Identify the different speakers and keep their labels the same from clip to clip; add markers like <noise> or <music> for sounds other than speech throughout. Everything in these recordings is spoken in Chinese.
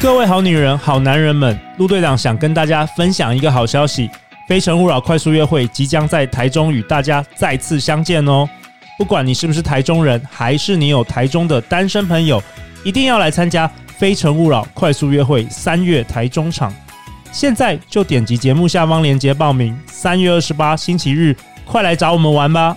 Speaker 1: 各位好女人、好男人们，陆队长想跟大家分享一个好消息，《非诚勿扰》快速约会即将在台中与大家再次相见哦！不管你是不是台中人，还是你有台中的单身朋友，一定要来参加《非诚勿扰》快速约会三月台中场。现在就点击节目下方链接报名，三月二十八星期日，快来找我们玩吧！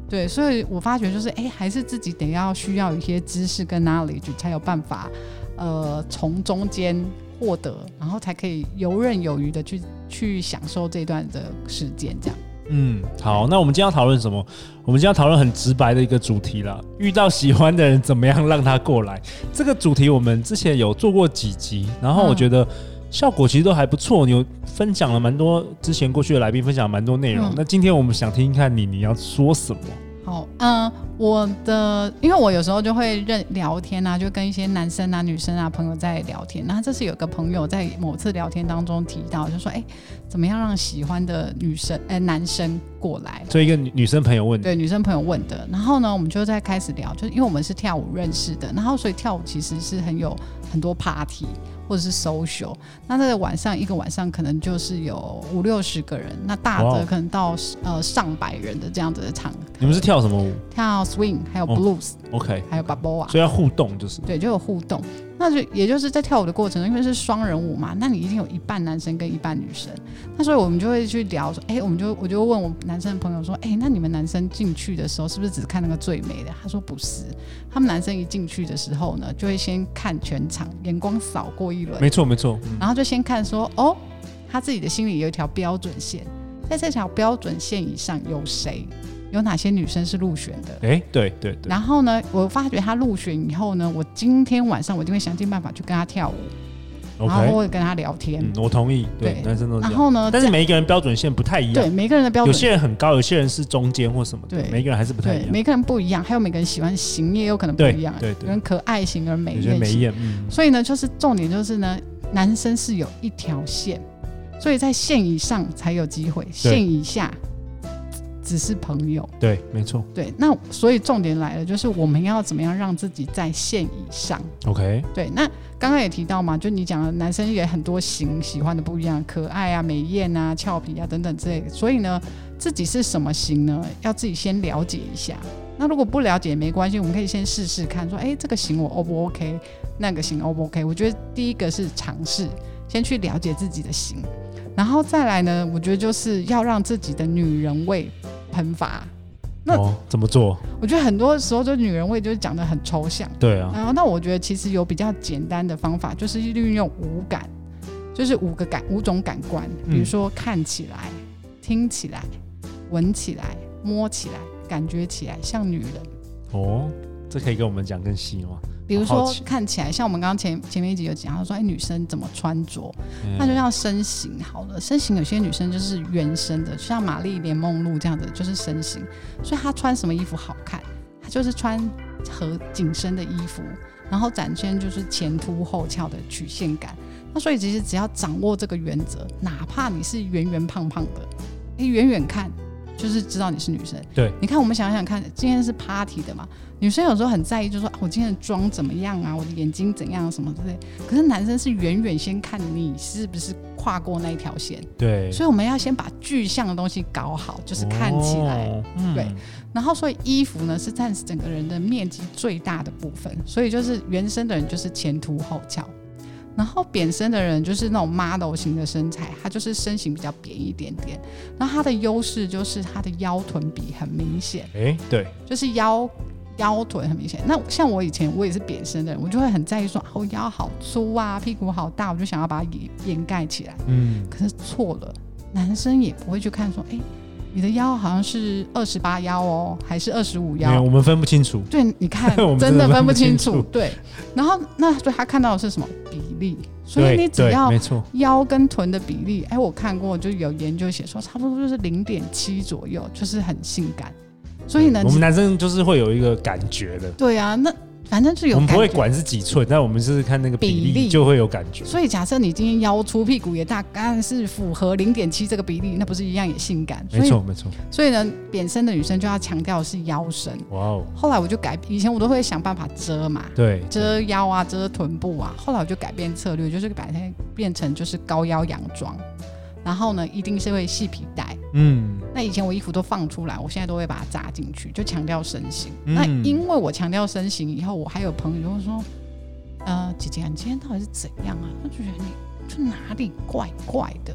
Speaker 2: 对，所以我发觉就是，哎，还是自己得要需要一些知识跟 knowledge 才有办法，呃，从中间获得，然后才可以游刃有余的去去享受这段的时间，这样。
Speaker 1: 嗯，好，那我们今天要讨论什么？我们今天要讨论很直白的一个主题啦，遇到喜欢的人怎么样让他过来？这个主题我们之前有做过几集，然后我
Speaker 2: 嗯
Speaker 1: 觉得效果其实都还不错，你有分享了蛮多之前过去的来宾分享了蛮多内容。
Speaker 2: 嗯
Speaker 1: 那今天我们想听听看你你要说什么？
Speaker 2: 好，嗯、我的，因为我有时候就会认聊天啊，就跟一些男生啊、女生啊朋友在聊天。那这次有个朋友在某次聊天当中提到，就说：“哎、怎么样让喜欢的女生、哎、男生过来？”
Speaker 1: 所以一个女女生朋友问你，
Speaker 2: 对，女生朋友问的。然后呢，我们就在开始聊，就是因为我们是跳舞认识的，然后所以跳舞其实是很有很多 party 或者是 social。那这个晚上一个晚上可能就是有五六十个人，那大
Speaker 1: 哇哦
Speaker 2: 的可能到呃上百人的这样子的场合。
Speaker 1: 你们是跳什么舞
Speaker 2: 跳 swing，还有
Speaker 1: 哦
Speaker 2: blues，、
Speaker 1: ？OK，
Speaker 2: 还有 b a b o a
Speaker 1: 所以要互动就是。
Speaker 2: 对，就有互动。那就也就是在跳舞的过程中，因为是双人舞嘛，那你一定有一半男生跟一半女生。那所以我们就会去聊说，哎、我们就我就问我男生的朋友说，哎、那你们男生进去的时候是不是只看那个最美的？他说不是，他们男生一进去的时候呢，就会先看全场，眼光扫过一轮，
Speaker 1: 没错，没错，嗯
Speaker 2: 然后就先看说，哦，他自己的心里有一条标准线，在这条标准线以上有谁，有哪些女生是入选的？
Speaker 1: 哎、对对对，
Speaker 2: 然后呢，我发觉他入选以后呢，我今天晚上我一定会想尽办法去跟他跳舞然后
Speaker 1: OK，
Speaker 2: 我会跟他聊天。
Speaker 1: 嗯，我同意，对，
Speaker 2: 对
Speaker 1: 男生都是这
Speaker 2: 然
Speaker 1: 样，
Speaker 2: 后呢，
Speaker 1: 但是
Speaker 2: 在
Speaker 1: 每一个人标准线不太一样
Speaker 2: 对，每个人的标
Speaker 1: 有
Speaker 2: 准，
Speaker 1: 些人很高，有些人是中间或什么的，
Speaker 2: 对
Speaker 1: 每一个人还是不太一
Speaker 2: 对
Speaker 1: 样，
Speaker 2: 每个人不一样，还有每个人喜欢型也有可能不
Speaker 1: 对
Speaker 2: 一样，
Speaker 1: 对
Speaker 2: 有
Speaker 1: 对，
Speaker 2: 人可爱型，有人美
Speaker 1: 有些
Speaker 2: 艳
Speaker 1: 没
Speaker 2: 型。
Speaker 1: 艳，嗯，
Speaker 2: 所以呢，就是重点就是呢，男生是有一条线，所以在线以上才有机会，线以下只是朋友。
Speaker 1: 对，没错
Speaker 2: 对，那所以重点来了，就是我们要怎么样让自己在线以上。
Speaker 1: ，OK，
Speaker 2: 对，那刚刚也提到嘛，就你讲的男生也很多型喜欢的不一样，可爱啊、美艳啊、俏皮啊等等之类的。所以呢，自己是什么型呢？要自己先了解一下。那如果不了解也没关系，我们可以先试试看，说，哎，这个型我 O 不 OK，那个型 O 不 OK？我觉得第一个是尝试，先去了解自己的型，然后再来呢，我觉得就是要让自己的女人味喷发。那
Speaker 1: 哦，怎么做？
Speaker 2: 我觉得很多时候，就女人味就是讲的很抽象。
Speaker 1: 对啊，
Speaker 2: 然后，那我觉得其实有比较简单的方法，就是利用五感，就是五个感五种感官，
Speaker 1: 嗯
Speaker 2: 比如说看起来、听起来、闻起来、摸起来、感觉起来像女人。
Speaker 1: 哦，这可以跟我们讲更细吗？
Speaker 2: 比如
Speaker 1: 好
Speaker 2: 说
Speaker 1: 好奇
Speaker 2: 看起来，像我们刚刚前前面一集有讲到说，哎，女生怎么穿着？
Speaker 1: 嗯
Speaker 2: 那就像身形好了，身形有些女生就是原生的，就像玛丽莲梦露这样的，就是身形。所以她穿什么衣服好看，她就是穿和紧身的衣服，然后展现就是前凸后翘的曲线感。那所以其实只要掌握这个原则，哪怕你是圆圆胖胖的，你远远看就是知道你是女生。
Speaker 1: 对，
Speaker 2: 你看我们想想看，今天是 party 的嘛，女生有时候很在意，就说、啊、我今天的妆怎么样啊，我的眼睛怎样、啊、什么之类。可是男生是远远先看你是不是跨过那一条线，
Speaker 1: 对，
Speaker 2: 所以我们要先把具象的东西搞好，就是看起来。
Speaker 1: 哦嗯
Speaker 2: 对然后，所以衣服呢是占整个人的面积最大的部分，所以就是原生的人就是前凸后翘，然后扁身的人就是那种 model 型的身材，他就是身形比较扁一点点，然后他的优势就是他的腰臀比很明显，
Speaker 1: 哎，对，
Speaker 2: 就是腰腰臀很明显。那像我以前我也是扁身的人，我就会很在意说，啊我腰好粗啊，屁股好大，我就想要把它掩掩盖起来。
Speaker 1: 嗯，
Speaker 2: 可是错了，男生也不会去看说，哎，你的腰好像是二十八腰哦，还是二十五
Speaker 1: 没有，
Speaker 2: 腰？
Speaker 1: 我们分不清楚，
Speaker 2: 对，你看
Speaker 1: <laughs> 我们，
Speaker 2: 真
Speaker 1: 真的分
Speaker 2: 的分
Speaker 1: 不
Speaker 2: 不
Speaker 1: 清
Speaker 2: 清
Speaker 1: 楚
Speaker 2: 楚。对，然后那所以他看到的是什么比例？所
Speaker 1: 对
Speaker 2: 以你只
Speaker 1: 对
Speaker 2: 要
Speaker 1: 没错，
Speaker 2: 腰跟臀的比例，哎，我看过，就有研究写说，差不多就是零点七左右，就是很性感。所以呢，
Speaker 1: 我们男生就是会有一个感觉的，
Speaker 2: 对啊，那反正是有
Speaker 1: 我们
Speaker 2: 感
Speaker 1: 不会
Speaker 2: 觉。
Speaker 1: 管是几寸，但我们是看那个比
Speaker 2: 比
Speaker 1: 例
Speaker 2: 例
Speaker 1: 就会有感觉。
Speaker 2: 所以假设你今天腰粗屁股也大，但是符合零点七这个比例，那不是一样也性感？所
Speaker 1: 没
Speaker 2: 以
Speaker 1: 错，没错，
Speaker 2: 所以呢，扁身的女生就要强调是腰身。
Speaker 1: 哇哦，
Speaker 2: 后来我就改，以前我都会想办法遮嘛，
Speaker 1: 对，
Speaker 2: 遮腰啊，遮臀部啊。后来我就改变策略，就是把它变成就是高腰洋装，然后呢，一定是会系皮带。
Speaker 1: 嗯，
Speaker 2: 那以前我衣服都放出来，我现在都会把它扎进去，就强调身形。
Speaker 1: 嗯
Speaker 2: 那因为我强调身形以后，我还有朋友就说：“呃，姐姐啊，你今天到底是怎样啊？”我就觉得你就哪里怪怪的，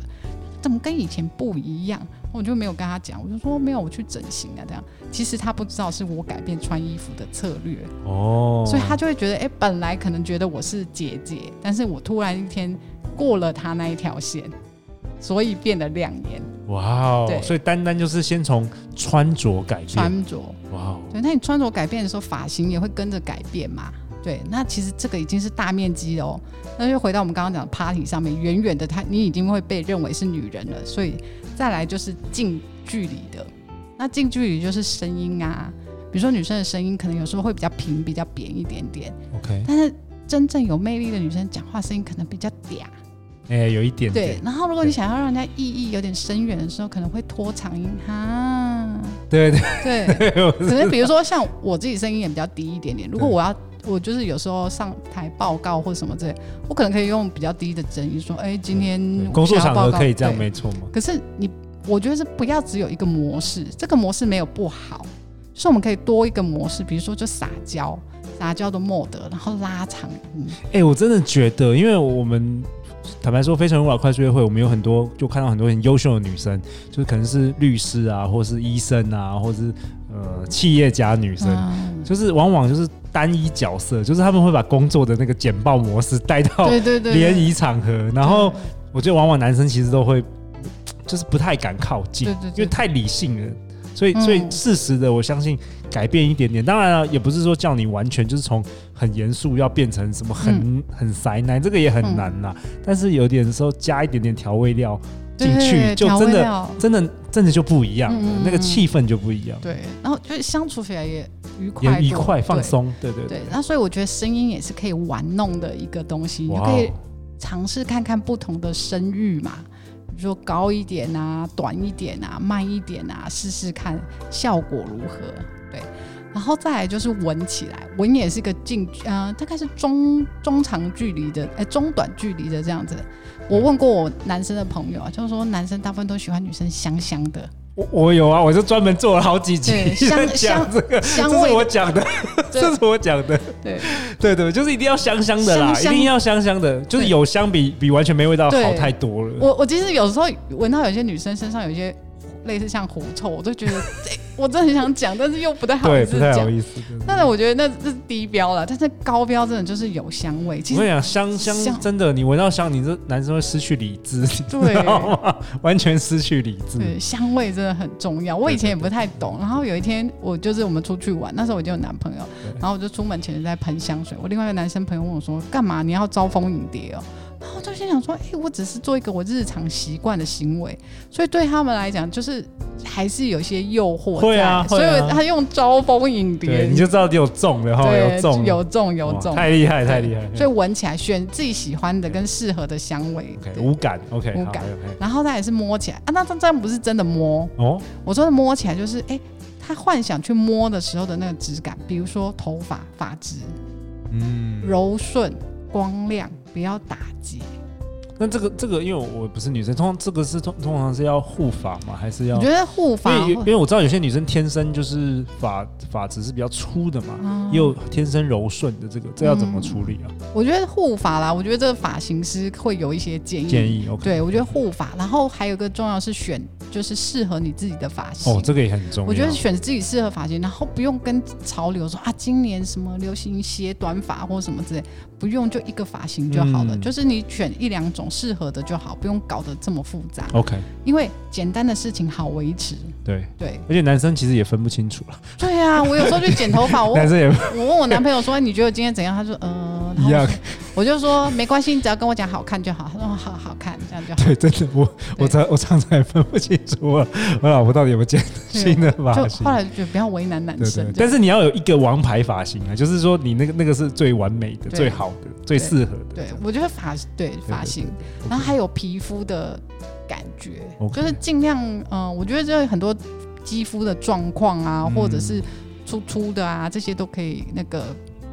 Speaker 2: 怎么跟以前不一样？我就没有跟他讲，我就说没有，我去整形啊，这样。其实他不知道是我改变穿衣服的策略，
Speaker 1: 哦，
Speaker 2: 所以他就会觉得，哎、本来可能觉得我是姐姐，但是我突然一天过了他那一条线，所以变得亮眼
Speaker 1: 哇哦，
Speaker 2: 对
Speaker 1: 所以单单就是先从穿着改变，
Speaker 2: 穿着。
Speaker 1: 哇哦，
Speaker 2: 对，那你穿着改变的时候，发型也会跟着改变嘛？对，那其实这个已经是大面积了哦。那就回到我们刚刚讲的 party 上面，远远的他你已经会被认为是女人了，所以再来就是近距离的。那近距离就是声音啊，比如说女生的声音可能有时候会比较平、比较扁一点点，
Speaker 1: ，OK，
Speaker 2: 但是真正有魅力的女生讲话声音可能比较嗲。
Speaker 1: 哎，有一点
Speaker 2: 对
Speaker 1: 点，，
Speaker 2: 然后如果你想要让人家意义有点深远的时候，可能会拖长音哈。
Speaker 1: 对对 <laughs>
Speaker 2: 对，
Speaker 1: 对，我
Speaker 2: 可能比如说像我自己声音也比较低一点点，如果
Speaker 1: 对
Speaker 2: 我要我就是有时候上台报告或什么之类，我可能可以用比较低的声音说，哎、今天
Speaker 1: 对
Speaker 2: 我
Speaker 1: 工作
Speaker 2: 想要
Speaker 1: 场合
Speaker 2: 报告
Speaker 1: 可以这样，
Speaker 2: 对
Speaker 1: 没错吗？
Speaker 2: 可是你，我觉得是不要只有一个模式，这个模式没有不好，就是我们可以多一个模式，比如说就撒娇，撒娇的 mode，然后拉长音，
Speaker 1: 哎、我真的觉得，因为我们坦白说，《非诚勿扰》快速约会，我们有很多就看到很多很优秀的女生，就是可能是律师啊，或是医生啊，或是呃企业家女生，
Speaker 2: 嗯，
Speaker 1: 就是往往就是单一角色，就是他们会把工作的那个简报模式带到
Speaker 2: 对对对，
Speaker 1: 联谊场合，然后我觉得往往男生其实都会就是不太敢靠近，
Speaker 2: 对对
Speaker 1: 因
Speaker 2: 对
Speaker 1: 为太理性了。所以，
Speaker 2: 嗯
Speaker 1: 所以适时的，我相信改变一点点。当然了，也不是说叫你完全就是从很严肃要变成什么很、
Speaker 2: 嗯
Speaker 1: 很塞奶，这个也很难啦。但是有点时候加一点点调味料
Speaker 2: 对
Speaker 1: 进去，就
Speaker 2: 调味
Speaker 1: 真的
Speaker 2: 料
Speaker 1: 真的真的就不一样了，
Speaker 2: 嗯嗯嗯
Speaker 1: 那个气氛就不一样，
Speaker 2: 对，然后就是相处起来也愉快
Speaker 1: 也
Speaker 2: 多，
Speaker 1: 愉快放
Speaker 2: 对。
Speaker 1: 松。对对对
Speaker 2: 对，那所以我觉得声音也是可以玩弄的一个东西，你就
Speaker 1: 哇
Speaker 2: 可以
Speaker 1: 哦，
Speaker 2: 尝试看看不同的声域嘛，比如说高一点啊、短一点啊、慢一点啊，试试看效果如何。对，然后再来就是闻起来，闻也是一个近，呃，大概是中中长距离的，呃，中短距离的这样子。我问过我男生的朋友啊，就是说男生大部分都喜欢女生香香的，
Speaker 1: 我我有啊，我就专门做了好几集
Speaker 2: 对
Speaker 1: 在
Speaker 2: 香
Speaker 1: 讲 <laughs> 这个，
Speaker 2: 香
Speaker 1: 这是
Speaker 2: 味
Speaker 1: 我讲的，
Speaker 2: 对
Speaker 1: 这是我讲的。
Speaker 2: 对
Speaker 1: 对对，就是一定要香香的啦，
Speaker 2: 香香
Speaker 1: 一定要香香的，就是
Speaker 2: 对
Speaker 1: 有香比比完全没味道好
Speaker 2: 对
Speaker 1: 太多了。
Speaker 2: 我我其实有时候闻到有些女生身上有一些类似像狐臭，我都觉得、
Speaker 1: <laughs>
Speaker 2: 哎我真的很想讲，但是又不太好
Speaker 1: 对，
Speaker 2: 意思
Speaker 1: 不太好
Speaker 2: 讲。
Speaker 1: 意思。真的
Speaker 2: 当然，我觉得那这是低标了，但是高标真的就是有香味。其
Speaker 1: 我跟
Speaker 2: 实
Speaker 1: 你讲，啊香香
Speaker 2: 香
Speaker 1: 真的，你闻到香，你这男生会失去理智，你知 <laughs>
Speaker 2: 对
Speaker 1: 道吗？完全失去理智。
Speaker 2: 对香味真的很重要。我以前也不太懂，然后有一天我就是我们出去玩，那时候我已经有男朋友
Speaker 1: 对，
Speaker 2: 然后我就出门前就在喷香水。我另外一个男生朋友问我说：“干嘛你要招蜂引蝶哦？”我就心想说，哎、我只是做一个我日常习惯的行为，所以对他们来讲，就是还是有一些诱惑在。
Speaker 1: 会啊
Speaker 2: 所
Speaker 1: 会啊
Speaker 2: 以他用招蜂引蝶，
Speaker 1: 对，你就知道你有中了哈，
Speaker 2: 对
Speaker 1: 有中了
Speaker 2: 有中有
Speaker 1: 哇
Speaker 2: 中
Speaker 1: 太厉害太厉害，
Speaker 2: 所以闻起来选自己喜欢的跟适合的香味。
Speaker 1: OK，
Speaker 2: 对
Speaker 1: 无感 OK，
Speaker 2: 无
Speaker 1: 好
Speaker 2: 感
Speaker 1: OK，
Speaker 2: 然后它也是摸起来啊，那这这样不是真的摸，
Speaker 1: 哦，
Speaker 2: 我说的摸起来就是，哎、他幻想去摸的时候的那个质感，比如说头发发质
Speaker 1: 嗯，
Speaker 2: 柔顺、光亮，不要打结。
Speaker 1: 那这个这个，因为我我不是女生，通这个是通通常是要护发吗？还是要？
Speaker 2: 我觉得护发
Speaker 1: 因为因
Speaker 2: 会
Speaker 1: 为我知道有些女生天生就是发发质是比较粗的嘛，
Speaker 2: 哦
Speaker 1: 也有天生柔顺的这个，这要怎么处理啊？
Speaker 2: 我觉得护发啦，我觉得这个发型师会有一些建议。
Speaker 1: 建议 OK。
Speaker 2: 对，我觉得护发，然后还有一个重要是选，就是适合你自己的发型。
Speaker 1: 哦，这个也很重要。
Speaker 2: 我觉得选自己适合发型，然后不用跟潮流说啊，今年什么流行斜短发或什么之类，不用就一个发型就好了，
Speaker 1: 嗯
Speaker 2: 就是你选一两种适合的就好，不用搞得这么复杂，
Speaker 1: OK，
Speaker 2: 因为简单的事情好维持。
Speaker 1: 对，
Speaker 2: 对，
Speaker 1: 而且男生其实也分不清楚了，
Speaker 2: 对 <laughs> 啊，我有时候去剪头发，我
Speaker 1: 男生也
Speaker 2: 我问我男朋友说哎你觉得我今天怎样，他说 <laughs> 呃，然
Speaker 1: 一
Speaker 2: 后
Speaker 1: 样。 <laughs>
Speaker 2: 我就说没关系，你只要跟我讲好看就好，他说哦好好看这样就好，
Speaker 1: 对，真的，我我常我常常也分不清楚我我老婆到底有没有剪新的发
Speaker 2: 就
Speaker 1: 型
Speaker 2: 后。来就不要为难男
Speaker 1: 对
Speaker 2: 生
Speaker 1: 对，
Speaker 2: 这
Speaker 1: 但
Speaker 2: 样。
Speaker 1: 是你要有一个王牌发型啊，就是说你那个那个是最完美的、
Speaker 2: 对
Speaker 1: 最好的、最适合的。
Speaker 2: 对，我觉得发对发型，
Speaker 1: OK
Speaker 2: 然后还有皮肤的感觉
Speaker 1: OK
Speaker 2: 就是尽量嗯、呃我觉得这很多肌肤的状况啊，
Speaker 1: 嗯
Speaker 2: 或者是粗粗的啊，这些都可以那个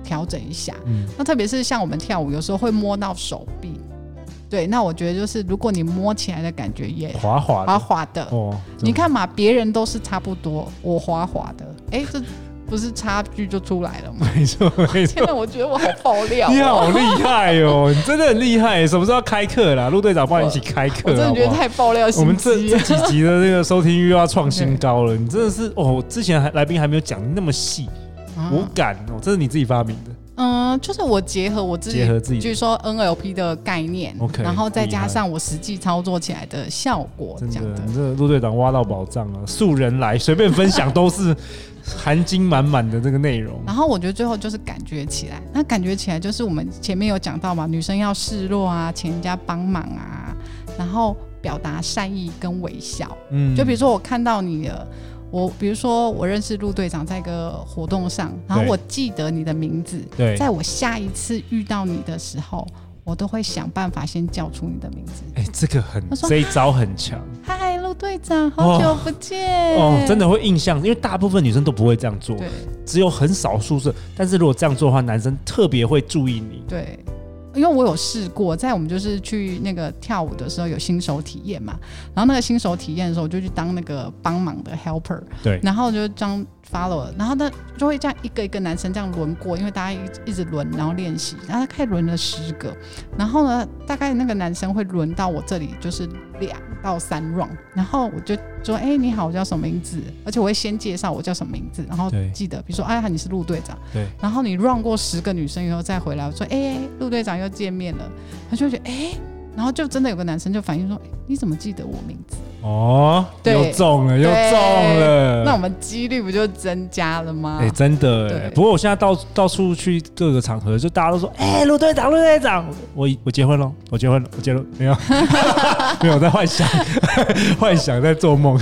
Speaker 2: 调整一下。
Speaker 1: 嗯，
Speaker 2: 那特别是像我们跳舞，有时候会摸到手臂，对，那我觉得就是如果你摸起来的感觉也
Speaker 1: 滑滑的
Speaker 2: 滑滑的，
Speaker 1: 哦，真的
Speaker 2: 你看嘛，别人都是差不多，我滑滑的，哎、这不是差距就出来了吗？ <laughs>
Speaker 1: 没错没错
Speaker 2: 天，哪，我觉得我好爆料、哦，
Speaker 1: 你好厉害哦，你真的很厉害。什么时候要开课啦？陆队长帮你一起开课，
Speaker 2: 我真的觉得
Speaker 1: 好不好
Speaker 2: 太爆料
Speaker 1: 我
Speaker 2: 心
Speaker 1: 们这
Speaker 2: 机
Speaker 1: 这
Speaker 2: 了。
Speaker 1: 几集的那个收听率又要创新高了，你真的是哦！我之前还来宾还没有讲那么细，无
Speaker 2: 嗯
Speaker 1: 感哦，这是你自己发明的，
Speaker 2: 嗯，就是我结合我自己
Speaker 1: 结，合自己
Speaker 2: 据
Speaker 1: 的，
Speaker 2: 说 NLP 的概念
Speaker 1: OK，
Speaker 2: 然后再
Speaker 1: 厉害
Speaker 2: 加上我实际操作起来的效果，
Speaker 1: 真
Speaker 2: 这样
Speaker 1: 的，
Speaker 2: 的
Speaker 1: 你。这个陆队长挖到宝藏了，素人来随便分享都是含金满满的这个内容。
Speaker 2: 然后我觉得最后就是感觉起来，那感觉起来就是我们前面有讲到嘛，女生要示弱啊，请人家帮忙啊，然后表达善意跟微笑。
Speaker 1: 嗯
Speaker 2: 就比如说我看到你的，我比如说我认识陆队长在一个活动上，然后
Speaker 1: 对
Speaker 2: 我记得你的名字，
Speaker 1: 对
Speaker 2: 在我下一次遇到你的时候，我都会想办法先叫出你的名字。
Speaker 1: 哎，这个很
Speaker 2: 他说
Speaker 1: 这一招很强
Speaker 2: 嗨，陆队长，好久不见！
Speaker 1: 哦，真的会印象，因为大部分女生都不会这样做，
Speaker 2: 对
Speaker 1: 只有很少数是。但是如果这样做的话，男生特别会注意你。
Speaker 2: 对，因为我有试过，在我们就是去那个跳舞的时候有新手体验嘛，然后那个新手体验的时候，我就去当那个帮忙的 helper，
Speaker 1: 对
Speaker 2: 然后就当 follower，然后呢就会这样一个一个男生这样轮过，因为大家一一直轮，然后练习，然后大概轮了十个，然后呢，大概那个男生会轮到我这里，就是两到三 round，然后我就说，哎、你好，我叫什么名字？而且我会先介绍我叫什么名字，然后
Speaker 1: 对
Speaker 2: 记得，比如说，哎呀，你是陆队长，
Speaker 1: 对，
Speaker 2: 然后你 round 过十个女生以后再回来，我说，哎、陆队长又见面了，他就会觉得，哎、然后就真的有个男生就反映说，哎你怎么记得我名字？
Speaker 1: 哦，
Speaker 2: 对
Speaker 1: 又中了，又
Speaker 2: 对
Speaker 1: 中了。
Speaker 2: 那我们几率不就增加了吗？
Speaker 1: 呃哎、真的哎、
Speaker 2: 对
Speaker 1: 不过我现在到到处去各个场合，就大家都说，哎、陆队长，陆队长，我我结婚了，我结婚了，我结婚了
Speaker 2: <laughs>
Speaker 1: 没有？没有，我在幻想， <laughs> 幻想，在做梦，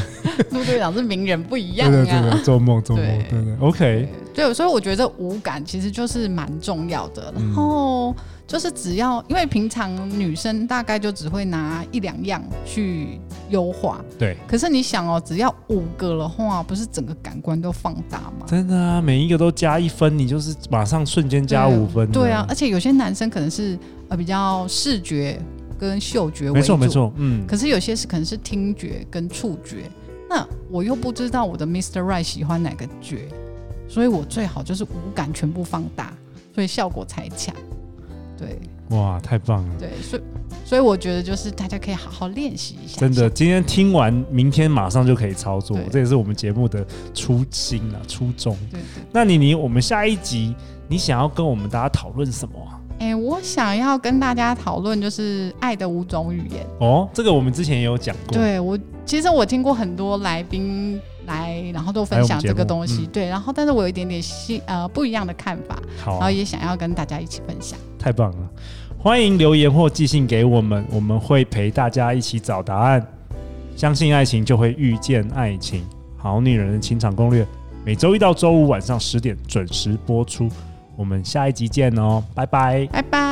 Speaker 2: 陆队长是名人不一样
Speaker 1: 对
Speaker 2: 啊。
Speaker 1: 对对对，做梦做梦，
Speaker 2: 对
Speaker 1: 对对，OK，
Speaker 2: 对，所以我觉得无感其实就是蛮重要的。
Speaker 1: 嗯
Speaker 2: 然后哦就是只要，因为平常女生大概就只会拿一两样去优化，
Speaker 1: 对，
Speaker 2: 可是你想哦，只要五个的话，不是整个感官都放大吗？
Speaker 1: 真的啊，每一个都加一分，你就是马上瞬间加五分
Speaker 2: 对啊，
Speaker 1: 了
Speaker 2: 而且有些男生可能是呃比较视觉跟嗅觉为
Speaker 1: 没
Speaker 2: 主，
Speaker 1: 错没错，嗯，
Speaker 2: 可是有些是可能是听觉跟触觉，那我又不知道我的 Mr. Right 喜欢哪个觉，所以我最好就是五感全部放大，所以效果才强。对
Speaker 1: 哇，太棒了。
Speaker 2: 对，所以所以我觉得就是大家可以好好练习一下。
Speaker 1: 真的，今天听完，明天马上就可以操作
Speaker 2: 对，
Speaker 1: 这也是我们节目的初心啊，初衷。
Speaker 2: 对，对对。
Speaker 1: 那你你，我们下一集你想要跟我们大家讨论什么啊？
Speaker 2: 哎、我想要跟大家讨论就是爱的五种语言。
Speaker 1: 哦，这个我们之前也有讲过。，
Speaker 2: 对我，其实我听过很多来宾来，然后都
Speaker 1: 来
Speaker 2: 分
Speaker 1: 我们
Speaker 2: 享
Speaker 1: 节
Speaker 2: 这个
Speaker 1: 目
Speaker 2: 东西。
Speaker 1: 嗯
Speaker 2: 对，然后但是我有一点点新呃不一样的看法，
Speaker 1: 好
Speaker 2: 然
Speaker 1: 啊、
Speaker 2: 后也想要跟大家一起分享。
Speaker 1: 太棒了！欢迎留言或寄信给我们，我们会陪大家一起找答案。相信爱情，就会遇见爱情。好女人的情场攻略，每周一到周五晚上十点准时播出。我们下一集见哦，拜拜。
Speaker 2: 拜拜。